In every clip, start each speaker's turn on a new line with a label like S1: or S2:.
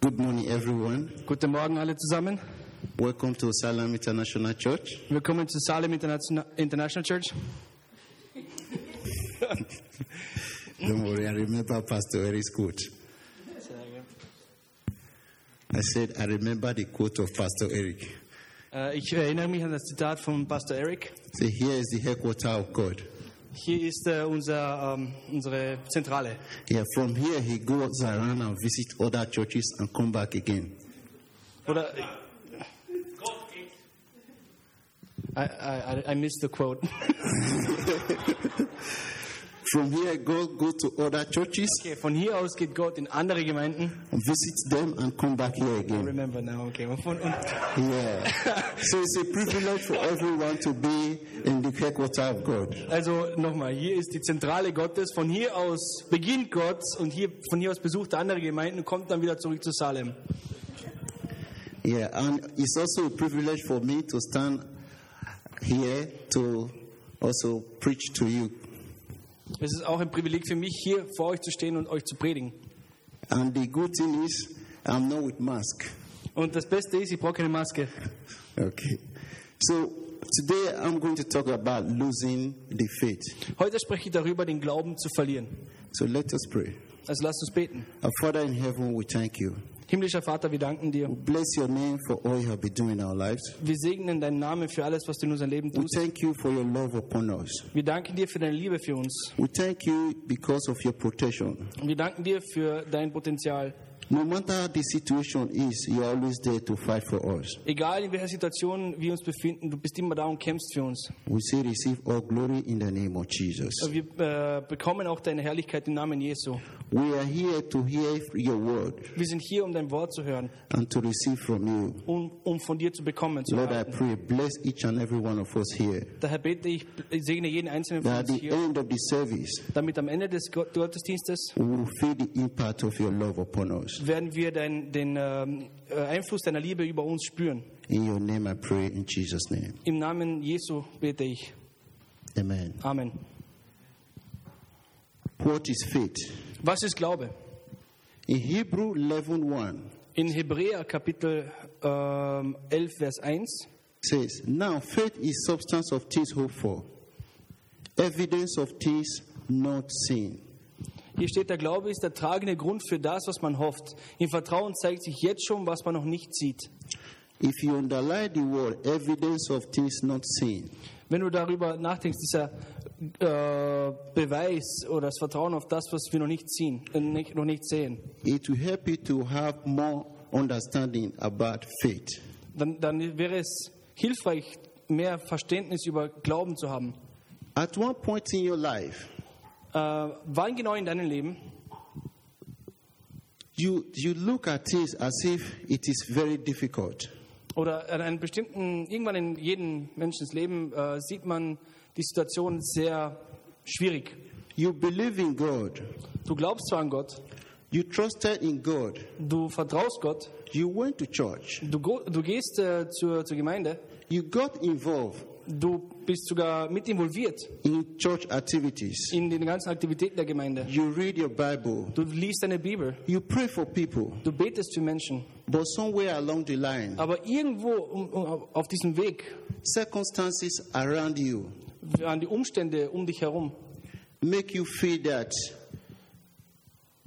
S1: Good morning, everyone.
S2: Guten Morgen alle zusammen.
S1: Welcome to Salem International Church.
S2: Willkommen zu Salem International, International Church.
S1: Don't worry, I remember Pastor Eric's quote. I said, I remember the quote of Pastor Eric.
S2: Äh, Ich erinnere mich an das Zitat von Pastor Eric.
S1: So here is the headquarter of God.
S2: Hier ist äh, unser, ähm, unsere Zentrale.
S1: Yeah, from here he goes around and visits other churches and come back again.
S2: Oder I, I, I- I missed the quote.
S1: From here God goes to other churches,
S2: Okay, von hier aus geht Gott in andere Gemeinden.
S1: visits them and come back here
S2: I
S1: again.
S2: remember now, okay. Und von, und,
S1: Yeah. so it's a privilege for everyone to be in the headquarter of God.
S2: also nochmal, hier ist die Zentrale Gottes. Von hier aus beginnt Gott und hier, von hier aus besucht er andere Gemeinden und kommt dann wieder zurück zu Salem.
S1: Yeah, and it's also a privilege for me to stand here to also preach to you.
S2: Es ist auch ein Privileg für mich, hier vor euch zu stehen und euch zu predigen.
S1: And the good thing is, I'm not with mask.
S2: Und das Beste ist, ich brauche keine Maske.
S1: Okay. So today I'm going to talk about losing the faith.
S2: Heute spreche ich darüber, den Glauben zu verlieren.
S1: So let us pray.
S2: Also lasst uns beten.
S1: Our Father in heaven, we thank you.
S2: Himmlischer Vater, wir danken dir.
S1: Bless your name for all you have been doing in our lives.
S2: Wir segnen deinen Namen für alles, was du in unserem Leben
S1: We
S2: tust.
S1: thank you for your love upon us.
S2: Wir danken dir für deine Liebe für uns.
S1: We thank you because of your protection.
S2: Und wir danken dir für dein Potenzial.
S1: No matter how the situation is, you are always there to fight for us.
S2: Egal in welcher Situation wir uns befinden, du bist immer da und kämpfst für uns.
S1: We say, receive all glory in the name of Jesus.
S2: Wir äh, bekommen auch deine Herrlichkeit im Namen Jesu.
S1: We are here to hear your word
S2: Wir sind hier, um dein Wort zu hören,
S1: and to receive from you.
S2: um, um von dir zu bekommen. Zu
S1: Lord, I
S2: erhalten.
S1: pray, bless each and every one of us here.
S2: Daher bete ich, ich segne jeden einzelnen von
S1: That at
S2: uns
S1: the
S2: hier,
S1: end of the service,
S2: damit am Ende des Gott- Gottesdienstes
S1: we will feel the impact of your love upon us.
S2: werden wir dein, den ähm, äh, Einfluss deiner Liebe über uns spüren.
S1: In your name I pray, in Jesus' name.
S2: Im Namen Jesu bete ich.
S1: Amen.
S2: Amen.
S1: What is faith?
S2: Was ist Glaube?
S1: In Hebrew 11.1
S2: In Hebräer Kapitel ähm, 11, Vers 1
S1: says, Now faith is substance of things hoped for, evidence of things not seen.
S2: Hier steht, der Glaube ist der tragende Grund für das, was man hofft. Im Vertrauen zeigt sich jetzt schon, was man noch nicht sieht.
S1: If you underline the word evidence of things not seen,
S2: Wenn du darüber nachdenkst, dieser äh, Beweis oder das Vertrauen auf das, was wir noch nicht, sehen, äh, nicht, noch nicht sehen,
S1: it will help you to have more understanding about faith.
S2: dann, dann wäre es hilfreich, mehr Verständnis über Glauben zu haben.
S1: At one point in your life,
S2: Äh, wann genau in deinem Leben
S1: you, you look at things as if it is very difficult.
S2: oder an einem bestimmten, irgendwann in jedem Menschen's Leben äh, sieht man die Situation sehr schwierig.
S1: You believe in God,
S2: Du glaubst zwar an Gott,
S1: you trusted in God,
S2: du vertraust Gott,
S1: you went to church,
S2: du, go, du gehst äh, zur, zur Gemeinde,
S1: you got involved
S2: du bist sogar mit involviert
S1: in church activities,
S2: in den ganzen Aktivitäten der Gemeinde.
S1: you read your Bible,
S2: Du liest deine Bibel,
S1: you pray for people,
S2: du betest für Menschen,
S1: but somewhere along the line,
S2: aber irgendwo um, um, auf diesem Weg
S1: circumstances around you
S2: an die Umstände um dich herum
S1: make you feel that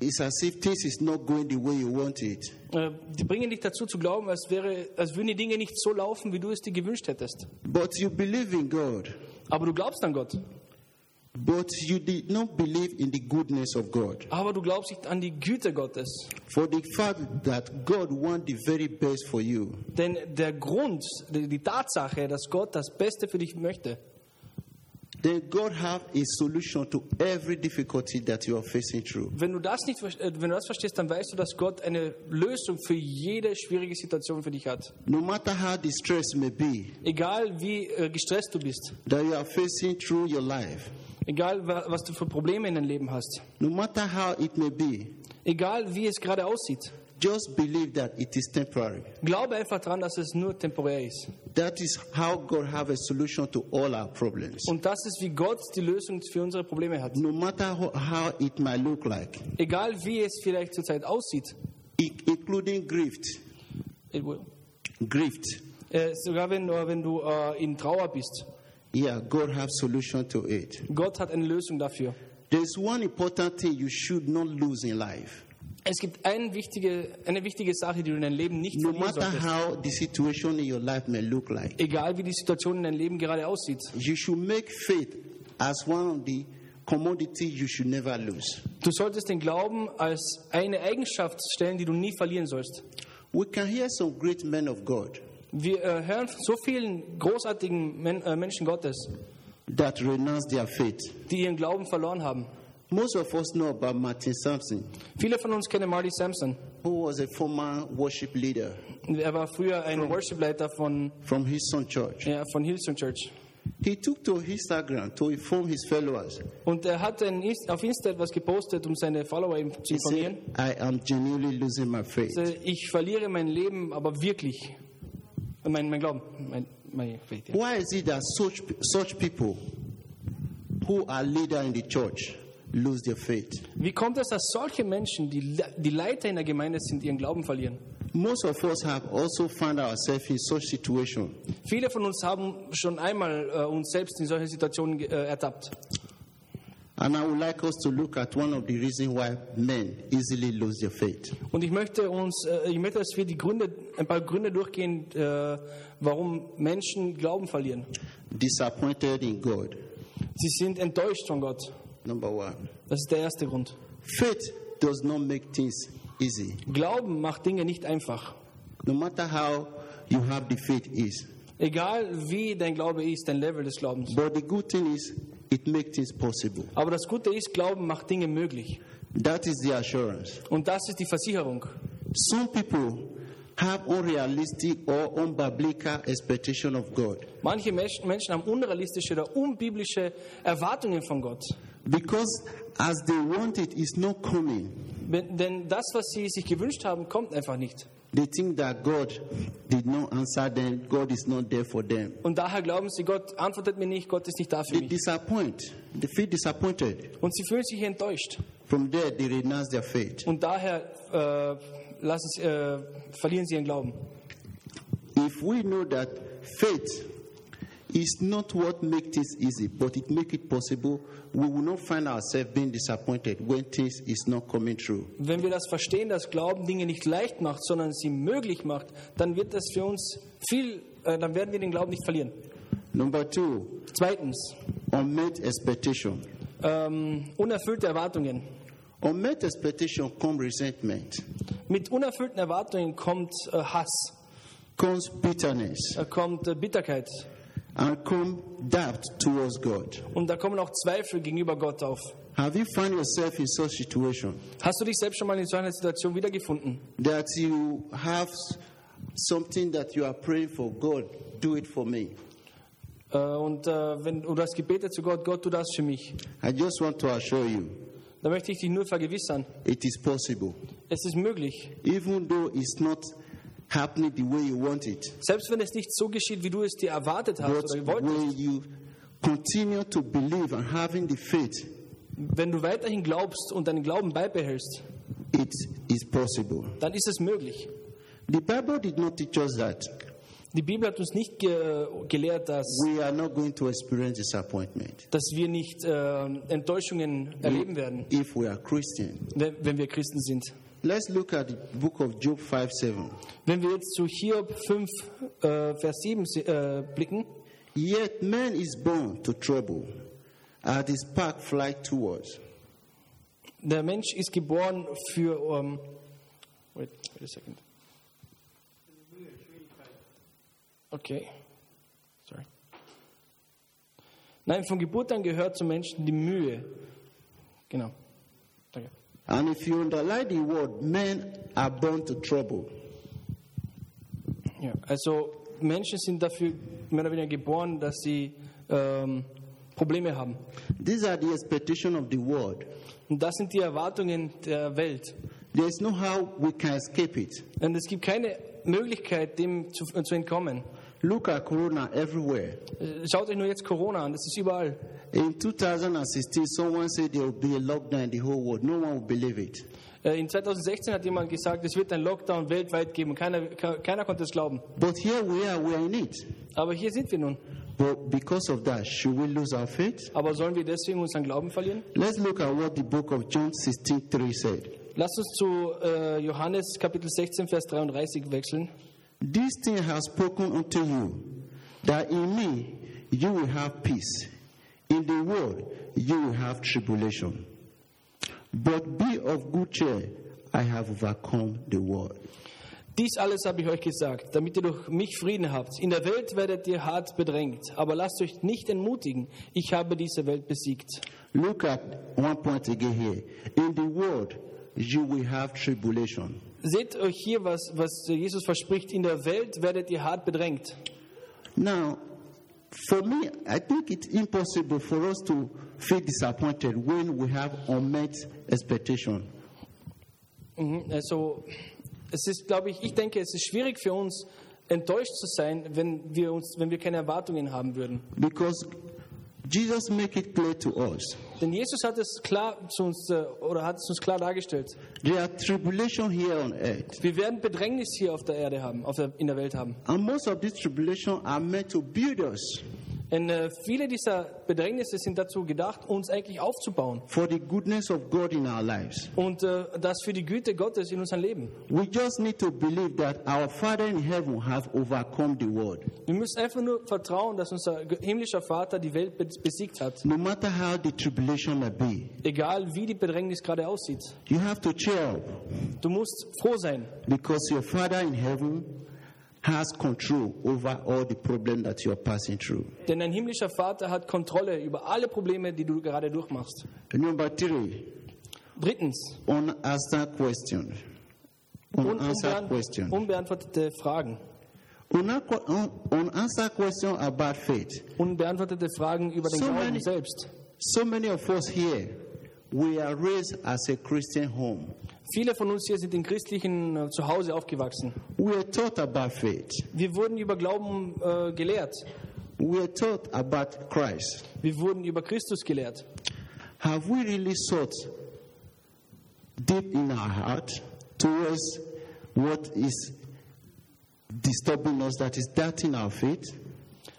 S1: it's as if things is not going the way you want it.
S2: äh, die bringen dich dazu zu glauben, als, wäre, als würden die Dinge nicht so laufen, wie du es dir gewünscht hättest.
S1: But you believe in God,
S2: Aber du glaubst an Gott.
S1: but you did not believe in the goodness of God.
S2: Aber du glaubst nicht an die Güte Gottes.
S1: For the fact that God wants the very best for you.
S2: Denn der Grund, die die Tatsache, dass Gott das Beste für dich möchte,
S1: Then God have a solution to every difficulty that you are facing through.
S2: wenn du das nicht, ver- äh, wenn du das verstehst, dann weißt du, dass Gott eine Lösung für jede schwierige Situation für dich hat.
S1: No matter how distressed may be
S2: Egal wie äh, gestresst du bist,
S1: that you are facing through your life,
S2: egal wa- was du für Probleme in deinem Leben hast,
S1: no matter how it may be,
S2: egal wie es gerade aussieht,
S1: just believe that it is temporary.
S2: glaube einfach daran, dass es nur temporär ist.
S1: That is how God have a solution to all our problems.
S2: Und das ist, wie Gott die Lösung für unsere Probleme hat.
S1: No matter ho- how it might look like,
S2: Egal wie es vielleicht zurzeit aussieht,
S1: i- including grief.
S2: It will.
S1: Grief.
S2: Äh, sogar wenn, äh, wenn du äh, in Trauer bist.
S1: Yeah, God have solution to it.
S2: Gott hat eine Lösung dafür.
S1: There's one important thing you should not lose in life.
S2: Es gibt ein wichtige, eine wichtige Sache, die du in deinem Leben nicht
S1: No
S2: verlieren
S1: matter
S2: solltest.
S1: how the situation in your life may look like,
S2: Egal wie die Situation in deinem Leben gerade aussieht.
S1: you should make faith as one of the commodities you should never lose.
S2: Du solltest den Glauben als eine Eigenschaft stellen, die du nie verlieren sollst.
S1: We can hear some great men of God
S2: Wir äh, hören von so vielen großartigen Men äh, Menschen Gottes,
S1: that renounce their faith.
S2: die ihren Glauben verloren haben.
S1: Most of us know about Martin Sampson,
S2: Viele von uns kennen Marty Sampson.
S1: who was a former worship leader
S2: Er war früher ein Worshipleiter von,
S1: from his son church.
S2: ja, von Hillsong Church.
S1: He took to Instagram to inform his followers.
S2: Und er hat ein, Inst- auf Insta etwas gepostet, um seine Follower eben
S1: He
S2: zu informieren.
S1: said, I am genuinely losing my faith.
S2: Äh, Ich verliere mein Leben, aber wirklich. Mein, mein Glauben. Mein, mein Faith, ja.
S1: Why is it that such, such people who are leader in the church lose their faith?
S2: Wie kommt es, dass solche Menschen, die, Le- die Leiter in der Gemeinde sind, ihren Glauben verlieren?
S1: Most of us have also found ourselves in such situation.
S2: Viele von uns haben schon einmal äh, uns selbst in solchen Situationen ge- äh, ertappt.
S1: And I would like us to look at one of the reasons why men easily lose their faith.
S2: Und ich möchte uns, äh, ich möchte, dass wir die Gründe, ein paar Gründe durchgehen, äh, warum Menschen Glauben verlieren.
S1: Disappointed in God.
S2: Sie sind enttäuscht von Gott.
S1: Number one.
S2: Das ist der erste Grund.
S1: Faith does not make things easy.
S2: Glauben macht Dinge nicht einfach.
S1: No matter how you have the faith is.
S2: Egal wie dein Glaube ist, dein Level des Glaubens.
S1: But the good thing is it makes things possible.
S2: Aber das Gute ist, Glauben macht Dinge möglich.
S1: That is the assurance.
S2: Und das ist die Versicherung.
S1: Some people have unrealistic or unbiblical expectation of God
S2: Manche Menschen Menschen haben unrealistische oder unbiblische Erwartungen von Gott.
S1: because as they want it, it's not coming.
S2: Wenn- Denn das, was sie sich gewünscht haben, kommt einfach nicht.
S1: They think that God did not answer them, God is not there for them.
S2: Und daher glauben sie, Gott antwortet mir nicht, Gott ist nicht da für
S1: They
S2: mich.
S1: disappoint, they feel disappointed.
S2: Und sie fühlen sich enttäuscht.
S1: From there, they renounce their faith.
S2: Und daher äh, lassen sie, äh, verlieren sie ihren Glauben.
S1: If we know that faith is not what makes things easy, but it makes it possible, we will not find ourselves being disappointed when things is not coming true.
S2: Wenn wir das verstehen, dass Glauben Dinge nicht leicht macht, sondern sie möglich macht, dann wird das für uns viel, äh, dann werden wir den Glauben nicht verlieren.
S1: Number two,
S2: Zweitens,
S1: unmet expectation.
S2: ähm, unerfüllte Erwartungen.
S1: Unmet expectation comes resentment,
S2: Mit unerfüllten Erwartungen kommt äh, Hass,
S1: comes bitterness,
S2: äh, kommt äh, Bitterkeit
S1: and comes doubt towards God.
S2: und da kommen auch Zweifel gegenüber Gott auf.
S1: Have you found yourself in such situation
S2: Hast du dich selbst schon mal in so einer Situation wiedergefunden,
S1: that you have something that you are praying for God, do it for me?
S2: Äh, und äh, wenn du das gebetet zu Gott, Gott, tu das für mich,
S1: I just want to assure you,
S2: da möchte ich dich nur vergewissern,
S1: it is possible,
S2: es ist möglich.
S1: even though it's not happening the way you want it.
S2: Selbst wenn es nicht so geschieht, wie du es dir erwartet hast
S1: But
S2: oder gewollt hast,
S1: when you continue to believe and having the faith,
S2: wenn du weiterhin glaubst und deinen Glauben beibehältst,
S1: it is possible.
S2: dann ist es möglich.
S1: The Bible did not teach us that
S2: Die Bibel hat uns nicht ge gelehrt, dass,
S1: we are not going to experience disappointment
S2: dass wir nicht äh, Enttäuschungen erleben werden,
S1: if we are Christian.
S2: wenn, wenn wir Christen sind.
S1: Let's look at the book of Job 5 7.
S2: Wenn wir jetzt zu Hiob 5, äh, Vers 7 se- äh, blicken,
S1: Yet man is born to trouble, as his spark fly towards.
S2: der Mensch ist geboren für. ähm, wait, wait a second. Okay. Sorry. Nein, von Geburt an gehört zum Menschen die Mühe. Genau. Danke.
S1: And if you underline the word, men are born to trouble.
S2: Ja, also Menschen sind dafür mehr oder weniger geboren, dass sie ähm, Probleme haben.
S1: These are the expectation of the world.
S2: Und das sind die Erwartungen der Welt.
S1: There is no how we can escape it.
S2: Und es gibt keine Möglichkeit, dem zu, äh, zu entkommen.
S1: Look at Corona everywhere.
S2: Äh, Schaut euch nur jetzt Corona an, das ist überall.
S1: In 2016, someone said there will be a lockdown in the whole world. No one will believe it.
S2: Äh, In 2016 hat jemand gesagt, es wird einen Lockdown weltweit geben. Keiner, ke- keiner konnte es glauben.
S1: But here we are, we are in it.
S2: Aber hier sind wir nun.
S1: But because of that, should we lose our faith?
S2: Aber sollen wir deswegen unseren Glauben verlieren?
S1: Let's look at what the book of John 16 3 said.
S2: Lasst uns zu äh, Johannes Kapitel 16, Vers 33 wechseln.
S1: This thing I have spoken unto you, that in me you will have peace. In the world you will have tribulation. But be of good cheer, I have overcome the world.
S2: Dies alles habe ich euch gesagt, damit ihr durch mich Frieden habt. In der Welt werdet ihr hart bedrängt, aber lasst euch nicht entmutigen. Ich habe diese Welt besiegt.
S1: Look at one point again here. In the world you will have tribulation.
S2: Seht euch hier, was, was Jesus verspricht. In der Welt werdet ihr hart bedrängt.
S1: Now, for me, I think it's impossible for us to feel disappointed when we have unmet expectation.
S2: Mhm, Also, es ist, glaube ich, ich denke, es ist schwierig für uns, enttäuscht zu sein, wenn wir, uns, wenn wir keine Erwartungen haben würden.
S1: Because Jesus make it clear to us
S2: Denn Jesus hat es klar zu uns, äh, oder hat es uns klar dargestellt.
S1: there are tribulation here on earth.
S2: Wir werden Bedrängnis hier auf der Erde haben, auf der, in der Welt haben.
S1: And most of these tribulation are meant to build us
S2: Denn äh, viele dieser Bedrängnisse sind dazu gedacht, uns eigentlich aufzubauen.
S1: for the goodness of God in our lives.
S2: Und äh, das für die Güte Gottes in unserem Leben.
S1: We just need to believe that our Father in heaven have overcome the world.
S2: Wir müssen einfach nur vertrauen, dass unser ge- himmlischer Vater die Welt be- besiegt hat.
S1: No matter how the tribulation may be,
S2: Egal wie die Bedrängnis gerade aussieht.
S1: you have to cheer up
S2: Du musst froh sein,
S1: because your Father in heaven has control over all the problem that you are passing through.
S2: denn dein himmlischer Vater hat Kontrolle über alle Probleme, die du gerade durchmachst.
S1: Number three,
S2: Drittens,
S1: unanswered question.
S2: un
S1: Unanswered
S2: unbeant
S1: question.
S2: unbeantwortete Fragen.
S1: Unaqu- un- unanswered question about faith.
S2: Unbeantwortete Fragen über den
S1: So
S2: Glauben
S1: many-
S2: selbst.
S1: So many of us here, we are raised as a Christian home.
S2: Viele von uns hier sind in christlichen äh, Zuhause aufgewachsen.
S1: We are taught about faith.
S2: Wir wurden über Glauben äh, gelehrt.
S1: We are taught about Christ.
S2: Wir wurden über Christus gelehrt.
S1: Have we really sought deep in our heart towards what is disturbing us, that is that in our faith?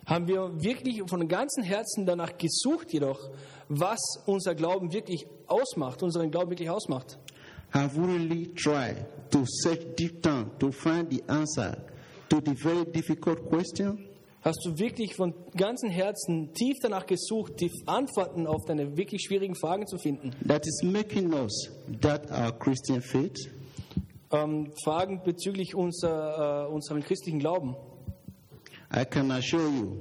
S2: Haben wir wirklich von ganzem Herzen danach gesucht, jedoch, was unser Glauben wirklich ausmacht, unseren Glauben wirklich ausmacht?
S1: Have we really tried to search deep down to find the answer to the very difficult question?
S2: Hast du wirklich von ganzem Herzen tief danach gesucht, die Antworten auf deine wirklich schwierigen Fragen zu finden?
S1: that is making us that our Christian faith?
S2: Ähm, Fragen bezüglich unser, äh, unserem christlichen Glauben.
S1: I can assure you,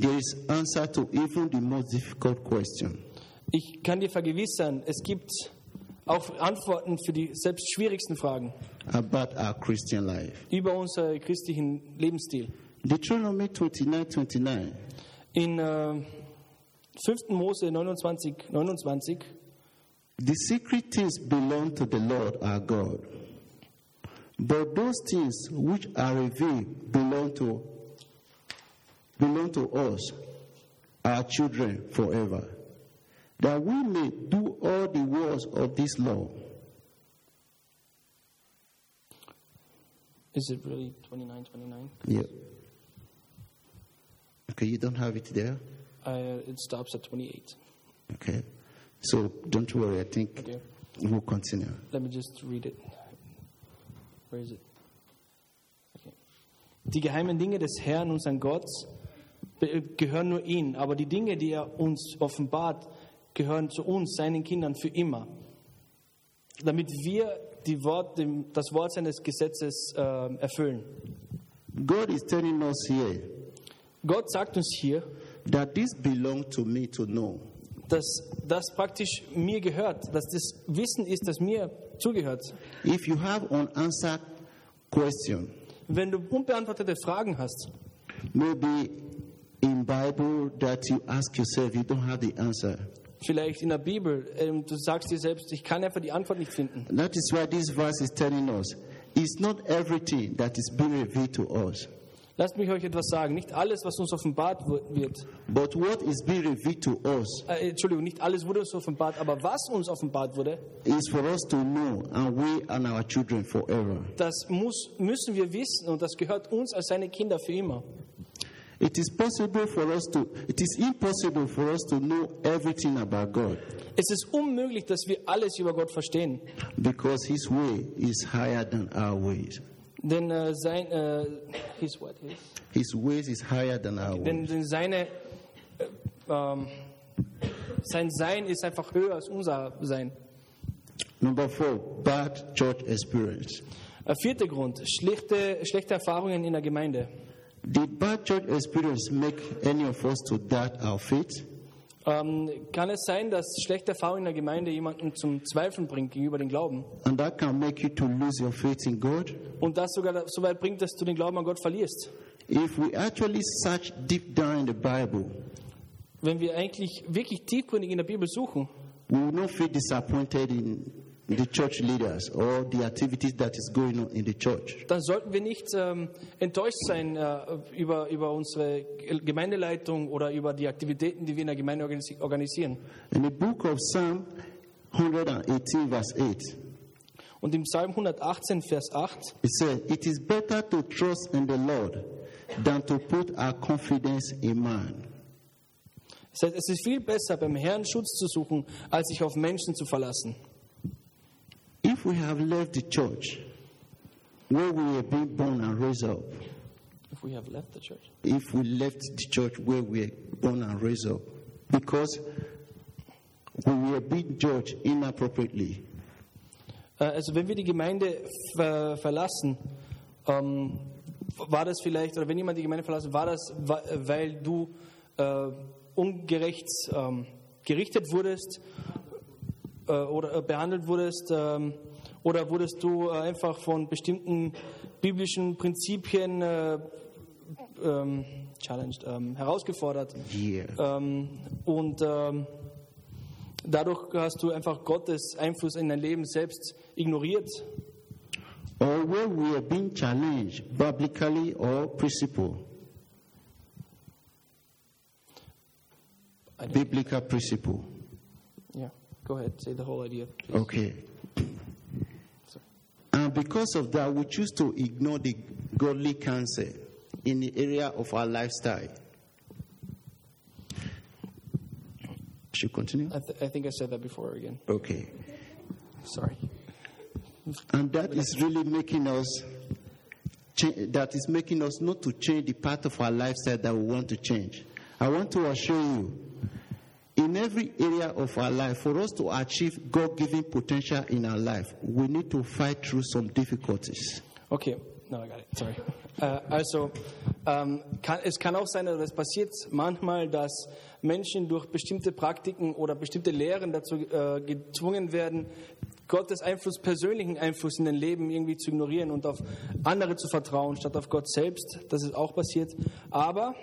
S1: there is answer to even the most difficult question.
S2: Ich kann dir vergewissern, es gibt auch Antworten für die selbst schwierigsten Fragen
S1: about our Christian life.
S2: über unseren christlichen Lebensstil.
S1: Deuteronomy 29 29.
S2: In äh, 5. Mose 29, 29
S1: The secret things belong to the Lord our God, but those things which are revealed belong to, belong to us, our children, forever, that we may do all the words of this law.
S2: Is it really 29, 29?
S1: Yeah. Okay, you don't have it there?
S2: Uh, it stops at 28.
S1: Okay. So don't worry, I think
S2: Okay.
S1: we'll continue.
S2: Let me just read it. Where is it? Okay. Die geheimen Dinge des Herrn, unseren Gott, be- gehören nur ihm, aber die Dinge, die er uns offenbart, gehören zu uns, seinen Kindern, für immer. Damit wir die Wort, dem- das Wort seines Gesetzes ähm, erfüllen.
S1: God is telling us here
S2: Gott sagt uns hier,
S1: that this belongs to me to know.
S2: dass das praktisch mir gehört, dass das Wissen ist, das mir zugehört.
S1: If you have unanswered question,
S2: Wenn du unbeantwortete Fragen hast,
S1: maybe in Bible that you ask yourself, you don't have the answer.
S2: vielleicht in der Bibel, ähm, du sagst dir selbst, ich kann einfach die Antwort nicht finden.
S1: That is why this verse is telling us it's not everything that is being revealed to us.
S2: Lasst mich euch etwas sagen. Nicht alles, was uns offenbart wu- wird,
S1: But what is being revealed to us
S2: äh, Entschuldigung, nicht alles wurde uns offenbart, aber was uns offenbart wurde,
S1: is for us to know, and we and our children forever.
S2: das muss, müssen wir wissen und das gehört uns als seine Kinder für immer.
S1: It is possible for us to, it is impossible for us to know everything about God
S2: Es ist unmöglich, dass wir alles über Gott verstehen,
S1: because His way is higher than our ways.
S2: denn, äh, sein, äh, his word is,
S1: His ways is higher than our ways.
S2: denn, denn seine, äh, ähm, sein Sein ist einfach höher als unser Sein.
S1: Number four, bad church experience.
S2: Äh, vierter Grund, schlechte, schlechte Erfahrungen in der Gemeinde.
S1: Did bad church experience make any of us to doubt our faith?
S2: Ähm, kann es sein, dass schlechte Erfahrungen in der Gemeinde jemanden zum Zweifeln bringt gegenüber dem Glauben?
S1: And that can make you to lose your faith in God?
S2: Und das sogar so weit bringt, dass du den Glauben an Gott verlierst?
S1: If we actually search deep down in the Bible,
S2: Wenn wir eigentlich wirklich tiefgründig in der Bibel suchen,
S1: we will not feel disappointed in the church leaders or the activities that is going on in the church.
S2: dann sollten wir nicht ähm, enttäuscht sein äh, über, über unsere Gemeindeleitung oder über die Aktivitäten, die wir in der Gemeinde organisi- organisieren.
S1: In the book of Psalm 118, verse 8,
S2: Und im Psalm 118, Vers 8,
S1: it says, It is better to trust in the Lord than to put our confidence in man.
S2: es heißt, es ist viel besser, beim Herrn Schutz zu suchen, als sich auf Menschen zu verlassen.
S1: If we have left the church where we were being born and raised up,
S2: If we have left the church.
S1: if we left the church where we were born and raised up, because we were being judged inappropriately,
S2: Äh, Also wenn wir die Gemeinde ver verlassen, ähm, war das vielleicht, oder wenn jemand die Gemeinde verlassen, war das, wa- weil du äh, ungerecht ähm, gerichtet wurdest äh, oder äh, behandelt wurdest, ähm, oder wurdest du äh, einfach von bestimmten biblischen Prinzipien äh, ähm, challenged, ähm, herausgefordert.
S1: yeah.
S2: Ähm, und ähm, dadurch hast du einfach Gottes Einfluss in dein Leben selbst ignoriert.
S1: or where we are being challenged biblically or principle, biblical principle.
S2: Yeah, go ahead, say the whole idea.
S1: Okay. And because of that, we choose to ignore the godly counsel in the area of our lifestyle. Should continue?
S2: I, th I think I said that before again.
S1: Okay.
S2: Sorry.
S1: And that is really making us, cha- that is making us not to change the part of our lifestyle that we want to change. I want to assure you, in every area of our life, for us to achieve God given potential in our life, we need to fight through some difficulties.
S2: Okay, no, I got it, sorry. Äh, also, ähm, kann, es kann auch sein, oder es passiert manchmal, dass Menschen durch bestimmte Praktiken oder bestimmte Lehren dazu äh, gezwungen werden, Gottes Einfluss, persönlichen Einfluss in dein Leben irgendwie zu ignorieren und auf andere zu vertrauen, statt auf Gott selbst. Das ist auch passiert. Aber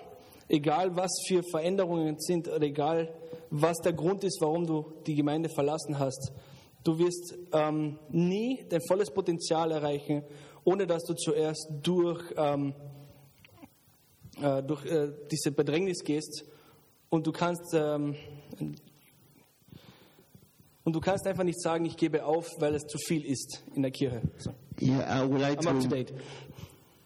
S2: egal, was für Veränderungen es sind oder egal, was der Grund ist, warum du die Gemeinde verlassen hast, Du wirst ähm, nie dein volles Potenzial erreichen, ohne dass du zuerst durch, ähm, äh, durch äh, diese Bedrängnis gehst und du kannst ähm, und du kannst einfach nicht sagen, ich gebe auf, weil es zu viel ist in der Kirche. So,
S1: Yeah, I would like
S2: I'm up to
S1: to.
S2: date.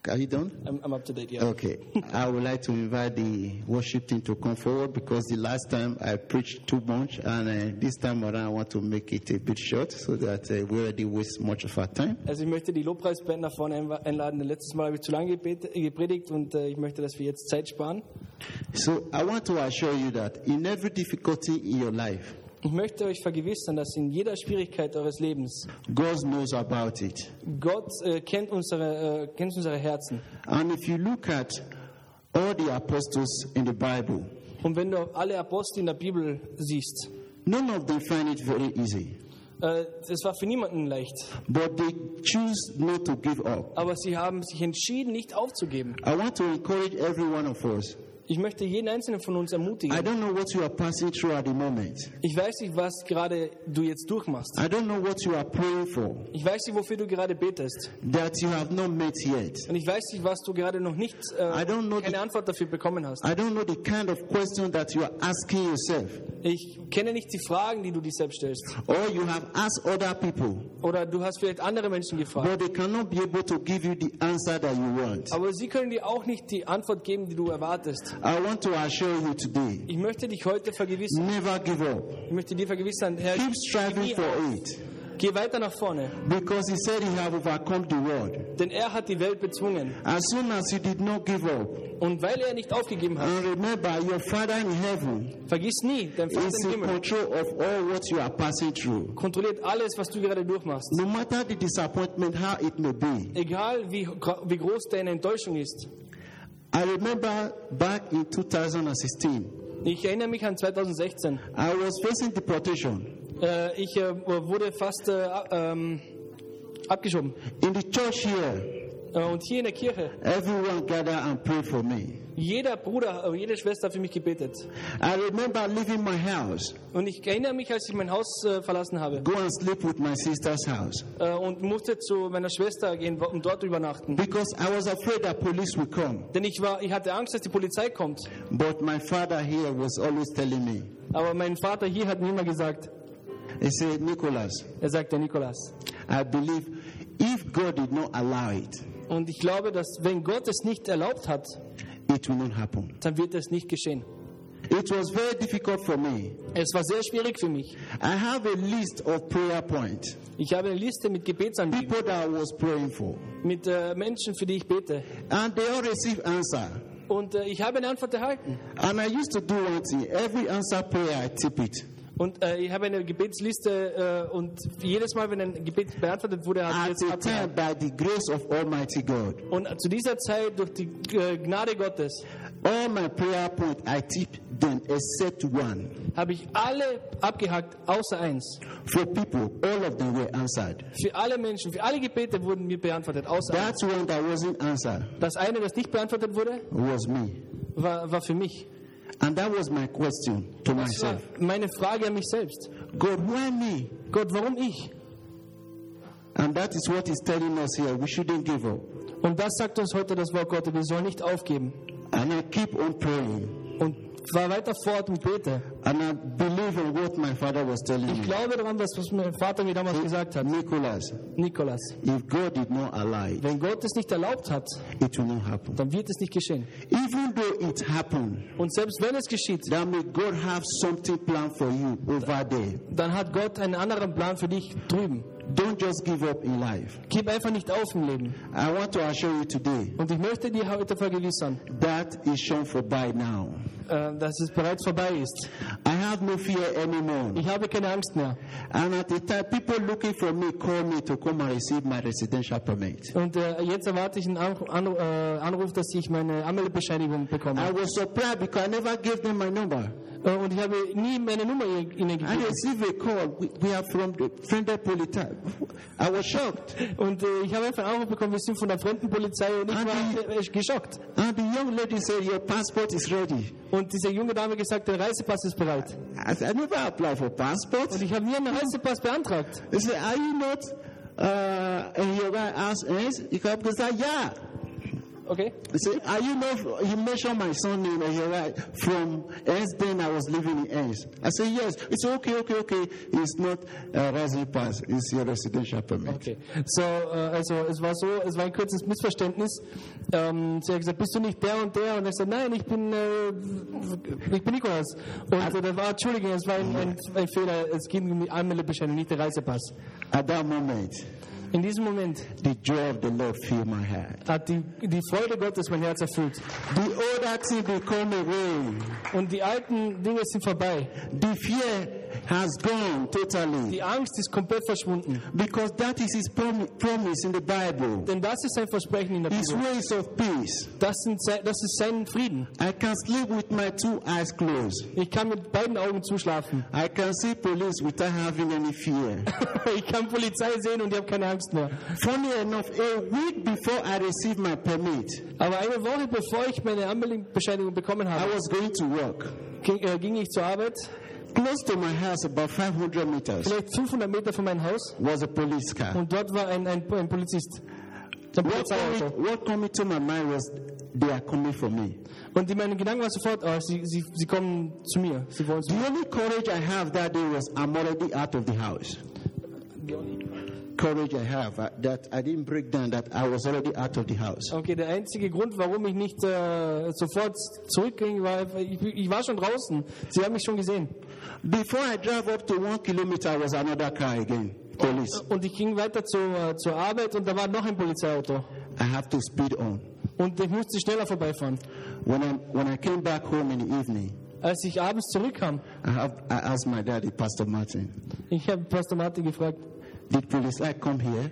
S1: Are you done?
S2: I'm, I'm up to date. Yeah.
S1: Okay. I would like to invite the worship team to come forward because the last time I preached too much, and uh, this time around I want to make it a bit short so that uh, we already waste much of our time.
S2: Also ich möchte die Lobpreisband nach vorne einwa- einladen. Denn Letztes Mal habe ich zu lange gebet- gepredigt und äh, ich möchte, dass wir jetzt Zeit sparen.
S1: So I want to assure you that in every difficulty in your life,
S2: Ich möchte euch vergewissern, dass in jeder Schwierigkeit eures Lebens
S1: God knows about it.
S2: Gott äh, kennt, unsere, äh, kennt unsere Herzen.
S1: And if you look at all the apostles in the Bible,
S2: Und wenn du alle Apostel in der Bibel siehst,
S1: none of them find it very easy.
S2: äh, es war für niemanden leicht,
S1: But they choose not to give up.
S2: aber sie haben sich entschieden, nicht aufzugeben.
S1: I want to encourage every one of us
S2: Ich möchte jeden einzelnen von uns
S1: I
S2: ermutigen.
S1: don't know what you are passing through at the moment.
S2: Ich weiß nicht, was gerade du jetzt durchmachst.
S1: I don't know what you are praying for
S2: Ich weiß nicht, wofür du gerade betest.
S1: that you have not met yet.
S2: Und ich weiß nicht, was du gerade noch nicht, äh,
S1: I don't know the-
S2: keine Antwort dafür bekommen hast.
S1: I don't know the kind of question that you are asking yourself
S2: Ich kenne nicht die Fragen, die du dir selbst stellst.
S1: or you have asked other people,
S2: Oder du hast vielleicht andere Menschen gefragt.
S1: but they cannot be able to give you the answer that you want.
S2: Aber sie können dir auch nicht die Antwort geben, die du erwartest.
S1: I want to assure you today,
S2: Ich möchte dich heute vergewissern.
S1: never give up.
S2: Ich möchte dir vergewissern, Herr,
S1: Keep striving
S2: gib
S1: for
S2: mir-
S1: it
S2: geh weiter nach vorne.
S1: because he said he have overcome the world.
S2: Denn er hat die Welt bezwungen.
S1: As soon as you did not give up,
S2: Und weil er nicht aufgegeben hat,
S1: and remember your Father in heaven
S2: vergiss nie, dein Vater
S1: is in
S2: im Himmel
S1: control of all what you are passing through.
S2: kontrolliert alles, was du gerade durchmachst.
S1: No matter the disappointment, how it may be.
S2: Egal wie, gro- wie groß deine Enttäuschung ist.
S1: I remember back in 2016,
S2: Ich erinnere mich an 2016.
S1: I was facing deportation.
S2: Äh, ich äh, wurde fast äh, ab- ähm, abgeschoben.
S1: In the church here,
S2: Äh, und hier in der Kirche,
S1: everyone gathered and prayed for me.
S2: jeder Bruder, äh, jede Schwester hat für mich gebetet.
S1: I remember leaving my house,
S2: Und ich erinnere mich, als ich mein Haus äh, verlassen habe
S1: go and sleep with my sister's house
S2: äh, und musste zu meiner Schwester gehen, um dort übernachten.
S1: because I was afraid that police would come.
S2: Denn ich, war, ich hatte Angst, dass die Polizei kommt.
S1: But my father here was always telling me,
S2: Aber mein Vater hier hat mir immer gesagt,
S1: he said, Nicholas,
S2: er sagt, der Nikolas,
S1: I believe if God did not allow it,
S2: und ich glaube, dass wenn Gott es nicht erlaubt hat,
S1: it will not happen.
S2: dann wird es nicht geschehen.
S1: It was very difficult for me.
S2: Es war sehr schwierig für mich.
S1: I have a list of prayer points,
S2: Ich habe eine Liste mit Gebetsanliegen,
S1: people that I was praying for,
S2: mit äh, Menschen, für die ich bete.
S1: and they all received answer.
S2: Und äh, ich habe eine Antwort erhalten.
S1: And I used to do one thing: every answer prayer, I tip it.
S2: Und äh, ich habe eine Gebetsliste äh, und jedes Mal, wenn ein Gebet beantwortet wurde, hat
S1: At
S2: es
S1: a time,
S2: abgehakt.
S1: by the grace of Almighty God,
S2: Und zu dieser Zeit, durch die äh, Gnade Gottes,
S1: all my prayer points, I tip them except one.
S2: habe ich alle abgehakt, außer eins.
S1: For people, all of them were answered.
S2: Für alle Menschen, für alle Gebete wurden mir beantwortet, außer
S1: That
S2: eins.
S1: one that wasn't answered
S2: Das eine, das nicht beantwortet wurde,
S1: was me.
S2: war, war für mich.
S1: And that was my question to
S2: Das war
S1: myself.
S2: meine Frage an mich selbst.
S1: God, why me?
S2: Gott, warum ich?
S1: And that is what is telling us here. We shouldn't give up.
S2: Und das sagt uns heute das Wort Gottes. Wir sollen nicht aufgeben.
S1: And I keep on praying.
S2: Und fahr weiter fort und bete.
S1: And I believe in what my father was telling
S2: Ich
S1: me.
S2: glaube daran, was, was mein Vater mir damals gesagt hat.
S1: Nicholas,
S2: Nikolas,
S1: if God did not allow it,
S2: wenn Gott es nicht erlaubt hat,
S1: it will not happen.
S2: dann wird es nicht geschehen.
S1: Even though it happened,
S2: Und selbst wenn es geschieht,
S1: that may God have something planned for you over there.
S2: dann hat Gott einen anderen Plan für dich drüben.
S1: Don't just give up in life.
S2: Gib einfach nicht auf im Leben.
S1: I want to assure you today
S2: Und ich möchte dir heute vergewissern,
S1: that is shown for by now.
S2: äh, dass es bereits vorbei ist.
S1: I have no fear anymore.
S2: Ich habe keine Angst mehr.
S1: And at the time, people looking for me call me to come and receive my residential permit.
S2: Und äh, jetzt erwarte ich einen Anru- Anru äh, Anruf, dass ich meine Anmeldebescheinigung
S1: I
S2: bekomme.
S1: was surprised because I never gave them my number.
S2: Äh, und ich habe nie meine Nummer ihr- ihnen
S1: I
S2: gegeben.
S1: received a call. We, we are from the Friended Polytech. I was shocked.
S2: Und äh, ich habe einfach einen Anruf bekommen, wir sind von der Fremdenpolizei und ich war äh, geschockt.
S1: And the young lady said, Your passport is ready.
S2: Und diese junge Dame gesagt, der Reisepass ist bereit.
S1: I said, I never applied for passport.
S2: Und ich habe nie einen Reisepass beantragt.
S1: They said, Are you not uh, in your right house? Yes. You come to say, Yeah.
S2: Okay?
S1: He said, Are you not? He mentioned my son name and you're right. From Ens, then I was living in Ens. I said, Yes. It's okay, okay, okay. It's not a resident pass, it's your residential permit.
S2: Okay. So, äh, also es war so, es war ein kurzes Missverständnis. Ähm, sie hat gesagt, bist du nicht der und der? Und ich sagte, nein, ich bin, äh, ich bin Nikolaus. Und äh, da war, Entschuldigung, es war ein, ein, ein Fehler. Es ging um die Anmeldebescheinigung, nicht der Reisepass.
S1: At that moment,
S2: In diesem Moment
S1: the joy of the Lord filled my heart.
S2: hat die, die Freude Gottes mein Herz erfüllt.
S1: The older things become away.
S2: Und die alten Dinge sind vorbei.
S1: The fear has gone totally.
S2: Die Angst ist komplett verschwunden.
S1: Because that is his prom- promise in the Bible.
S2: Denn das ist sein Versprechen in der
S1: His
S2: Bibel.
S1: ways of peace.
S2: Das, sind, sei- das ist sein Frieden.
S1: I can sleep with my two eyes closed.
S2: Ich kann mit beiden Augen zuschlafen.
S1: I can see police without having any fear.
S2: Ich kann Polizei sehen und ich habe keine Angst mehr.
S1: Funny enough, a week before I received my permit,
S2: Aber eine Woche bevor ich meine Anmeldebescheinigung bekommen
S1: I
S2: habe,
S1: was going to work.
S2: ging, äh, ging ich zur Arbeit.
S1: Close to my house, about 500 meters,
S2: Vielleicht 500 Meter von meinem Haus.
S1: was a police car.
S2: Und dort war ein, ein, ein Polizist. Ein
S1: What coming,
S2: Polizeiauto.
S1: what coming to my mind was, they are coming for me.
S2: Und in meinen Gedanken war sofort, oh, sie, sie, sie kommen zu mir. Sie wollen zu
S1: The
S2: mir.
S1: only courage I have that day was, I'm already out of the house. Courage I have uh, that I didn't break down, that I was already out of the house.
S2: Okay, der einzige Grund, warum ich nicht äh, sofort zurückging, war, einfach- ich, ich war schon draußen. Sie haben mich schon gesehen.
S1: Before I drive up to one kilometer, was another car again, police.
S2: Und ich ging weiter zur, zur Arbeit und da war noch ein Polizeiauto.
S1: I have to speed on.
S2: Und ich musste schneller vorbeifahren.
S1: When I when I came back home in the evening,
S2: Als ich abends zurückkam,
S1: I, have, I asked my daddy, Pastor Martin,
S2: ich habe Pastor Martin gefragt,
S1: did police I come here?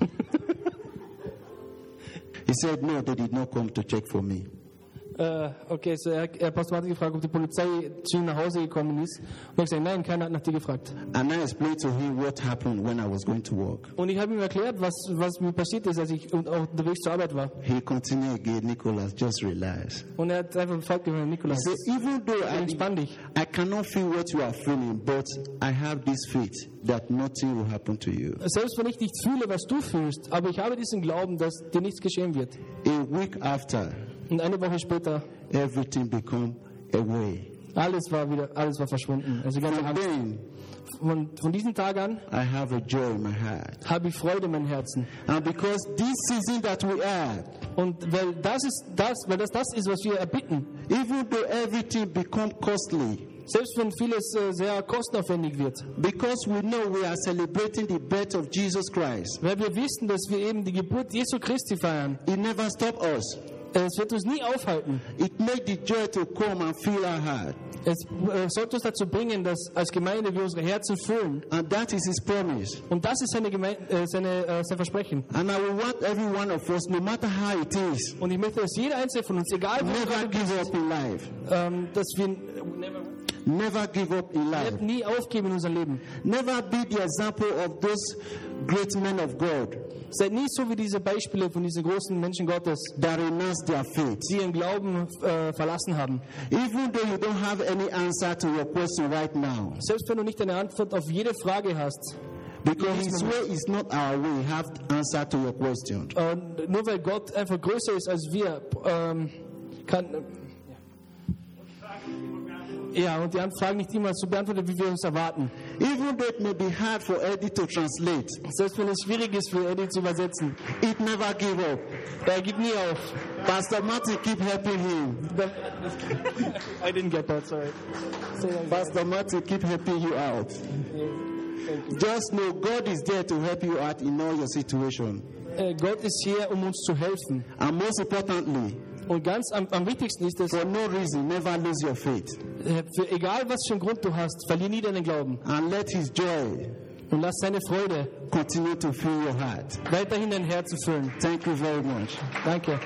S1: he said, no, they did not come to check for me.
S2: äh, okay, so er, er hat Pastor Martin gefragt, ob die Polizei zu ihm nach Hause gekommen ist. Und ich gesagt, nein, keiner hat nach dir gefragt.
S1: And I explained to him what happened when I was going to work.
S2: Und ich habe ihm erklärt, was, was mir passiert ist, als ich und auch unterwegs zur Arbeit war.
S1: He continued again, Nicholas, just relax.
S2: Und er hat einfach fortgefahren, Nikolaus,
S1: So even though I,
S2: entspann dich.
S1: I cannot feel what you are feeling, but I have this faith that nothing will happen to you.
S2: Selbst wenn ich nicht fühle, was du fühlst, aber ich habe diesen Glauben, dass dir nichts geschehen wird.
S1: A week after,
S2: Und eine Woche später,
S1: everything become away.
S2: alles war wieder, alles war verschwunden. Also die ganze
S1: And
S2: Angst.
S1: then
S2: Von, von diesem Tag an
S1: I have a joy in my heart.
S2: habe ich Freude in meinem Herzen.
S1: And because this season that we are,
S2: Und weil das ist das, weil das das ist, was wir erbitten.
S1: even though everything become costly,
S2: Selbst wenn vieles äh, sehr kostenaufwendig wird,
S1: because we know we are celebrating the birth of Jesus Christ,
S2: weil wir wissen, dass wir eben die Geburt Jesu Christi feiern.
S1: it never stops us.
S2: Es wird uns nie aufhalten.
S1: It made the joy to come and fill our heart.
S2: Es äh, sollte uns dazu bringen, dass als Gemeinde wir unsere Herzen füllen.
S1: And that is his promise.
S2: Und das ist seine Geme äh, seine, äh, sein Versprechen.
S1: And I will want every one of us, no matter how it is,
S2: Und ich möchte, dass jeder einzelne von uns, egal wo wir
S1: never
S2: gerade
S1: give up in life.
S2: ähm, dass wir never,
S1: Never give up in life.
S2: nie aufgeben in unserem Leben.
S1: Never be the example of those great men of God
S2: Seid nie so wie diese Beispiele von diesen großen Menschen Gottes,
S1: that renounce their faith.
S2: die ihren Glauben äh, verlassen haben.
S1: Even though you don't have any answer to your question right now,
S2: Selbst wenn du nicht eine Antwort auf jede Frage hast,
S1: because His way is not our way, have answer to your question.
S2: äh, nur weil Gott einfach größer ist als wir, ähm, kann. Ja, und die An- Fragen nicht immer so beantwortet, wie wir uns erwarten.
S1: Even though it may be hard for Eddie to translate,
S2: Selbst wenn es schwierig ist, für Eddie zu übersetzen.
S1: it never give up.
S2: Er gibt nie auf.
S1: Pastor Martin keep helping him.
S2: I didn't get that, sorry. Say that again.
S1: Pastor Martin keep helping you out. Just know God is there to help you out in all your situation.
S2: Äh, Gott ist hier, um uns zu helfen.
S1: And most importantly,
S2: Und ganz am, am wichtigsten ist es,
S1: for no reason, never lose your faith.
S2: äh, für, egal was für einen Grund du hast, verlier nie deinen Glauben
S1: And let His joy
S2: und lass seine Freude
S1: continue to fill your heart.
S2: weiterhin dein Herz füllen.
S1: Thank you very much.
S2: Danke.